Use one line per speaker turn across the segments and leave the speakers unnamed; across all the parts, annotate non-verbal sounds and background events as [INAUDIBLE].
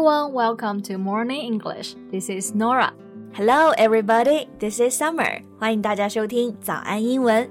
welcome to Morning English. This is Nora.
Hello, everybody. This is Summer. 欢迎大家收听早安英文。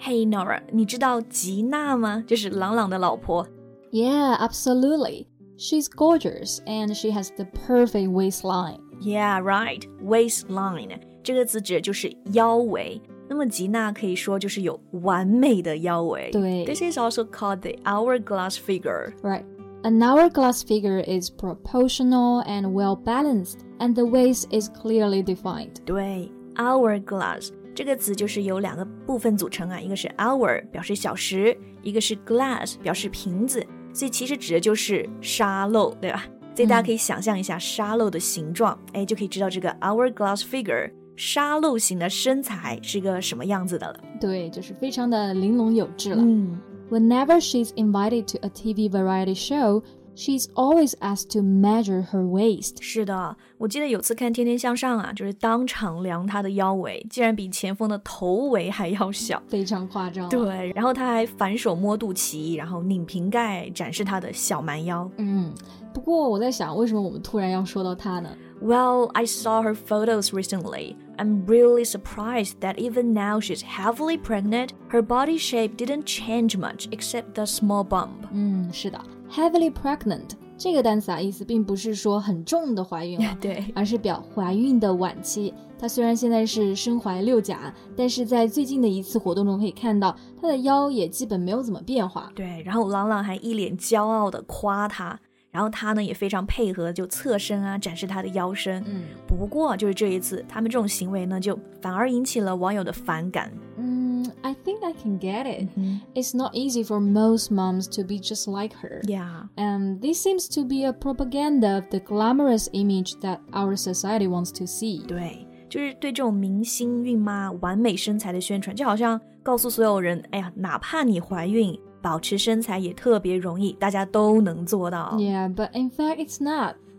Hey, Nora，你知道吉娜吗？就是朗朗的老婆。
Yeah, absolutely. She's gorgeous and she has the perfect waistline.
Yeah, right. Waistline 这个词指就是腰围。那么吉娜可以说就是有完美的腰围。
对
This is also called the hourglass figure.
Right. An hourglass figure is proportional and well balanced, and the waist is clearly defined.
对，hourglass 这个词就是由两个部分组成啊，一个是 hour 表示小时，一个是 glass 表示瓶子，所以其实指的就是沙漏，对吧？所以大家可以想象一下沙漏的形状，哎，就可以知道这个 hourglass figure 沙漏型的身材是个什么样子的了。
对，就是非常的玲珑有致了。
嗯
Whenever she's invited to a TV variety show, she's always asked to measure her waist.
是的，我记得有次看《天天向上》啊，就是当场量她的腰围，竟然比前锋的头围还要小。
非常夸张。
对，然后他还反手摸肚脐，然后拧瓶盖，展示他的小蛮腰。
嗯，不过我在想，为什么我们突然要说到她呢？
Well, I saw her photos recently. I'm really surprised that even now she's heavily pregnant, her body shape didn't change much except the small bump.，
嗯，是的，heavily pregnant 这个单词啊，意思并不是说很重的怀 [LAUGHS] 孕了
[LAUGHS] 对
而是表怀孕的晚期。她虽然现在是身怀六甲，但是在最近的一次活动中可以看到，她的腰也基本没有怎么变化。
对，然后朗朗还一脸骄傲地夸她，然后她呢也非常配合，就侧身啊展示她的腰身。
嗯
不过就是这一次，他们这种行为呢，就反而引起了网友的反感。
嗯，I think I can get it. Mm,
嗯
It's not easy for most moms to be just like her.
，Yeah。
And this seems to be a propaganda of the glamorous image that our society wants to see.
对，就是对这种明星孕妈完美身材的宣传，就好像告诉所有人，哎呀，哪怕你怀孕，保持身材也特别容易，大家都能做到。
Yeah, but in fact, it's not.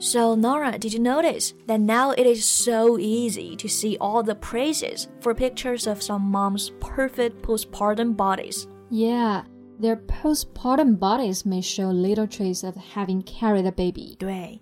So, Nora, did you notice that now it is so easy to see all the praises for pictures of some moms' perfect postpartum bodies?
Yeah, their postpartum bodies may show little trace of having carried a baby.
对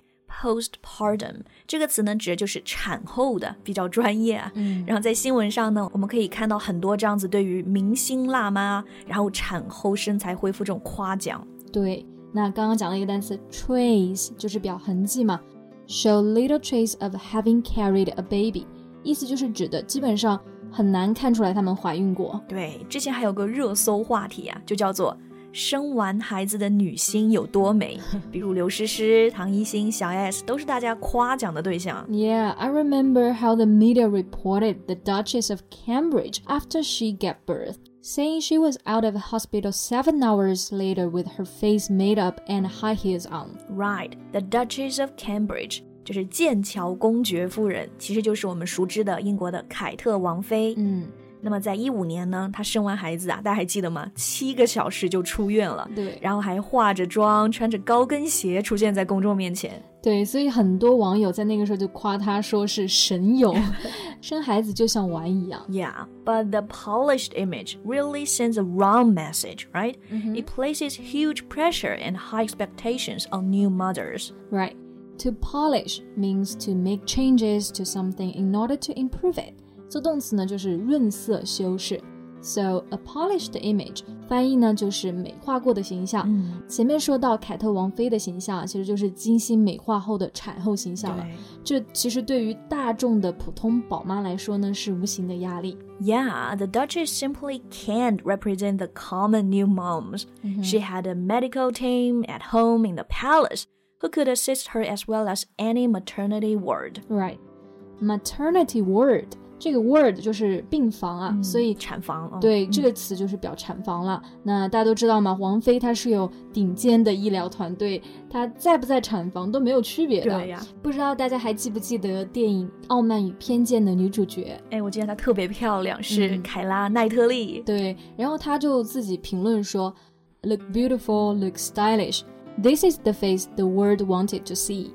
，postpartum 这个词呢，指的就是产后的，比较专业啊。
嗯
然后在新闻上呢，我们可以看到很多这样子对于明星辣妈，然后产后身材恢复这种夸奖。
对，那刚刚讲了一个单词 trace，就是表痕迹嘛。Show little trace of having carried a baby，意思就是指的基本上很难看出来她们怀孕过。
对，之前还有个热搜话题啊，就叫做“生完孩子的女星有多美”，比如刘诗诗、唐艺昕、小 S 都是大家夸奖的对象。
Yeah, I remember how the media reported the Duchess of Cambridge after she gave birth, saying she was out of hospital seven hours later with her face made up and high heels on.
Right, the Duchess of Cambridge，就是剑桥公爵夫人，其实就是我们熟知的英国的凯特王妃。
嗯，
那么在一五年呢，她生完孩子啊，大家还记得吗？七个小时就出院了，
对
然后还化着妆，穿着高跟鞋出现在公众面前。
对，所以很多网友在那个时候就夸她说是神友，生孩子就像玩一样。
Yeah, but the polished image really sends a wrong message, right?
Mm-hmm.
It places huge pressure and high expectations on new mothers.
Right. To polish means to make changes to something in order to improve it. 做动词呢就是润色、修饰。So a polished image 翻译呢就是美化过的形象。前面说到凯特王妃的形象，其实就是精心美化后的产后形象了。这其实对于大众的普通宝妈来说呢，是无形的压力。
Yeah, the Duchess simply can't represent the common new moms.
Mm-hmm.
She had a medical team at home in the palace who could assist her as well as any maternity ward.
Right. Maternity ward 这个 word 就是病房啊，所以
产房嗯哦，
对，
嗯
这个词就是表产房了。那大家都知道嘛，王菲她是有顶尖的医疗团队，她在不在产房都没有区别的
对。呀，
不知道大家还记不记得电影《傲慢与偏见》的女主角？
哎，我记得她特别漂亮，是
嗯
凯拉奈特利，
对，然后她就自己评论说：“Look beautiful, look stylish. This is the face the world wanted to see.”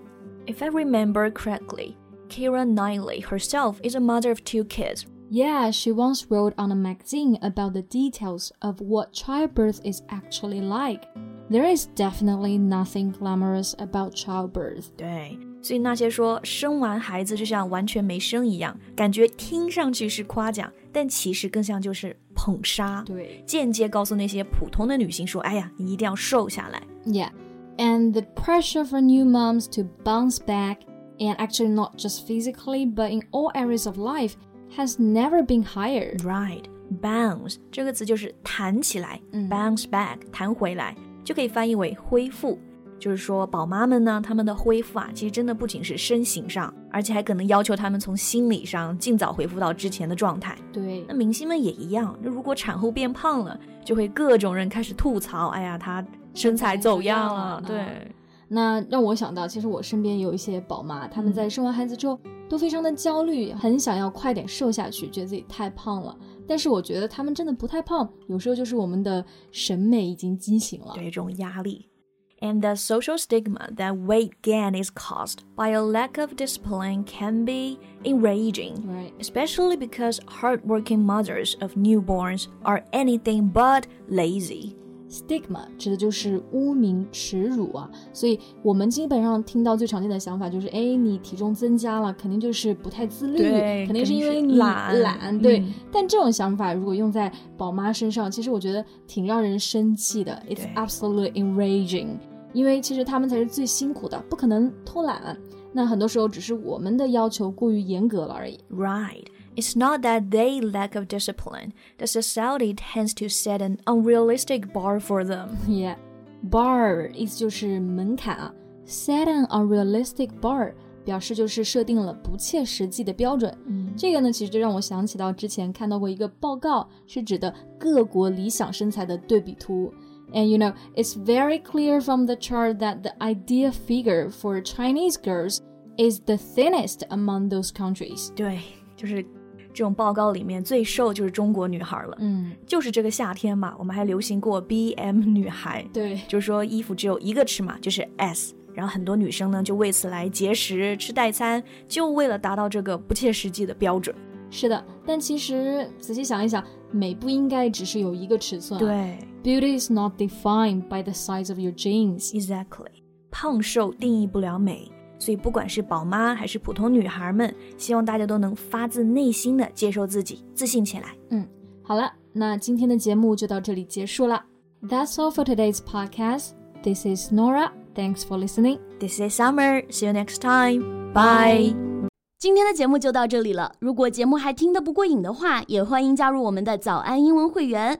If I remember correctly, Kira Knightley herself is a mother of two kids.
Yeah, she once wrote on a magazine about the details of what childbirth is actually like. There is definitely nothing glamorous about childbirth.
对，所以那些说生完孩子就像完全没生一样，感觉听上去是夸奖，但其实更像就是捧杀，
对
间接告诉那些普通的女性说：“哎呀，你一定要瘦下来。
Yeah. And the pressure for new moms to bounce back, and actually not just physically, but in all areas of life, has never been higher.
”Right, bounce 这个词就是弹起来、
嗯
b o u n c e back 弹回来，就可以翻译为恢复。就是说，宝妈们呢，她们的恢复啊，其实真的不仅是身形上，而且还可能要求她们从心理上尽早恢复到之前的状态。
对
那明星们也一样，那如果产后变胖了，就会各种人开始吐槽，哎呀，她身材走样了。
身材走样了
对，
那让我想到，其实我身边有一些宝妈，她们在生完孩子之后都非常的焦虑，很想要快点瘦下去，觉得自己太胖了。但是我觉得她们真的不太胖，有时候就是我们的审美已经畸形了。
对这种压力。And the social stigma that weight gain is caused by a lack of discipline can be enraging,
Right.
especially because hardworking mothers of newborns are anything but lazy.
Stigma 指的就是污名、耻辱啊，所以我们基本上听到最常见的想法就是，哎，你体重增加了，肯定就是不太自律，
对
肯定是
肯定
因
是
为你
懒
懒对、
嗯
但这种想法如果用在宝妈身上，其实我觉得挺让人生气的，it's
对
absolutely enraging，因为其实他们才是最辛苦的，不可能偷懒。那很多时候只是我们的要求过于严格了而已。
Right. It's not that they lack of discipline. The society tends to set an unrealistic bar for them.
Yeah, bar 意思就是门槛啊。Set an unrealistic bar 表示就是设定了不切实际的标准。这个呢，其实就让我想起到之前看到过一个报告，是指的各国理想身材的对比图。And you know, it's very clear from the chart that the ideal figure for Chinese girls is the thinnest among those countries.
对，就是这种报告里面最瘦就是中国女孩了。
嗯，
就是这个夏天嘛，我们还流行过 BM 女孩，
对
就是说衣服只有一个尺码，就是 S。然后很多女生呢就为此来节食、吃代餐，就为了达到这个不切实际的标准。
是的。但其实仔细想一想，美不应该只是有一个尺寸、啊。
对
Beauty is not defined by the size of your jeans.
，exactly，胖瘦定义不了美。所以不管是宝妈还是普通女孩们，希望大家都能发自内心的接受自己，自信起来。
好了，那今天的节目就到这里结束了。That's all for today's podcast. This is Nora. Thanks for listening.
This is summer. See you next time. Bye.
今天的节目就到这里了。如果节目还听得不过瘾的话，也欢迎加入我们的早安英文会员。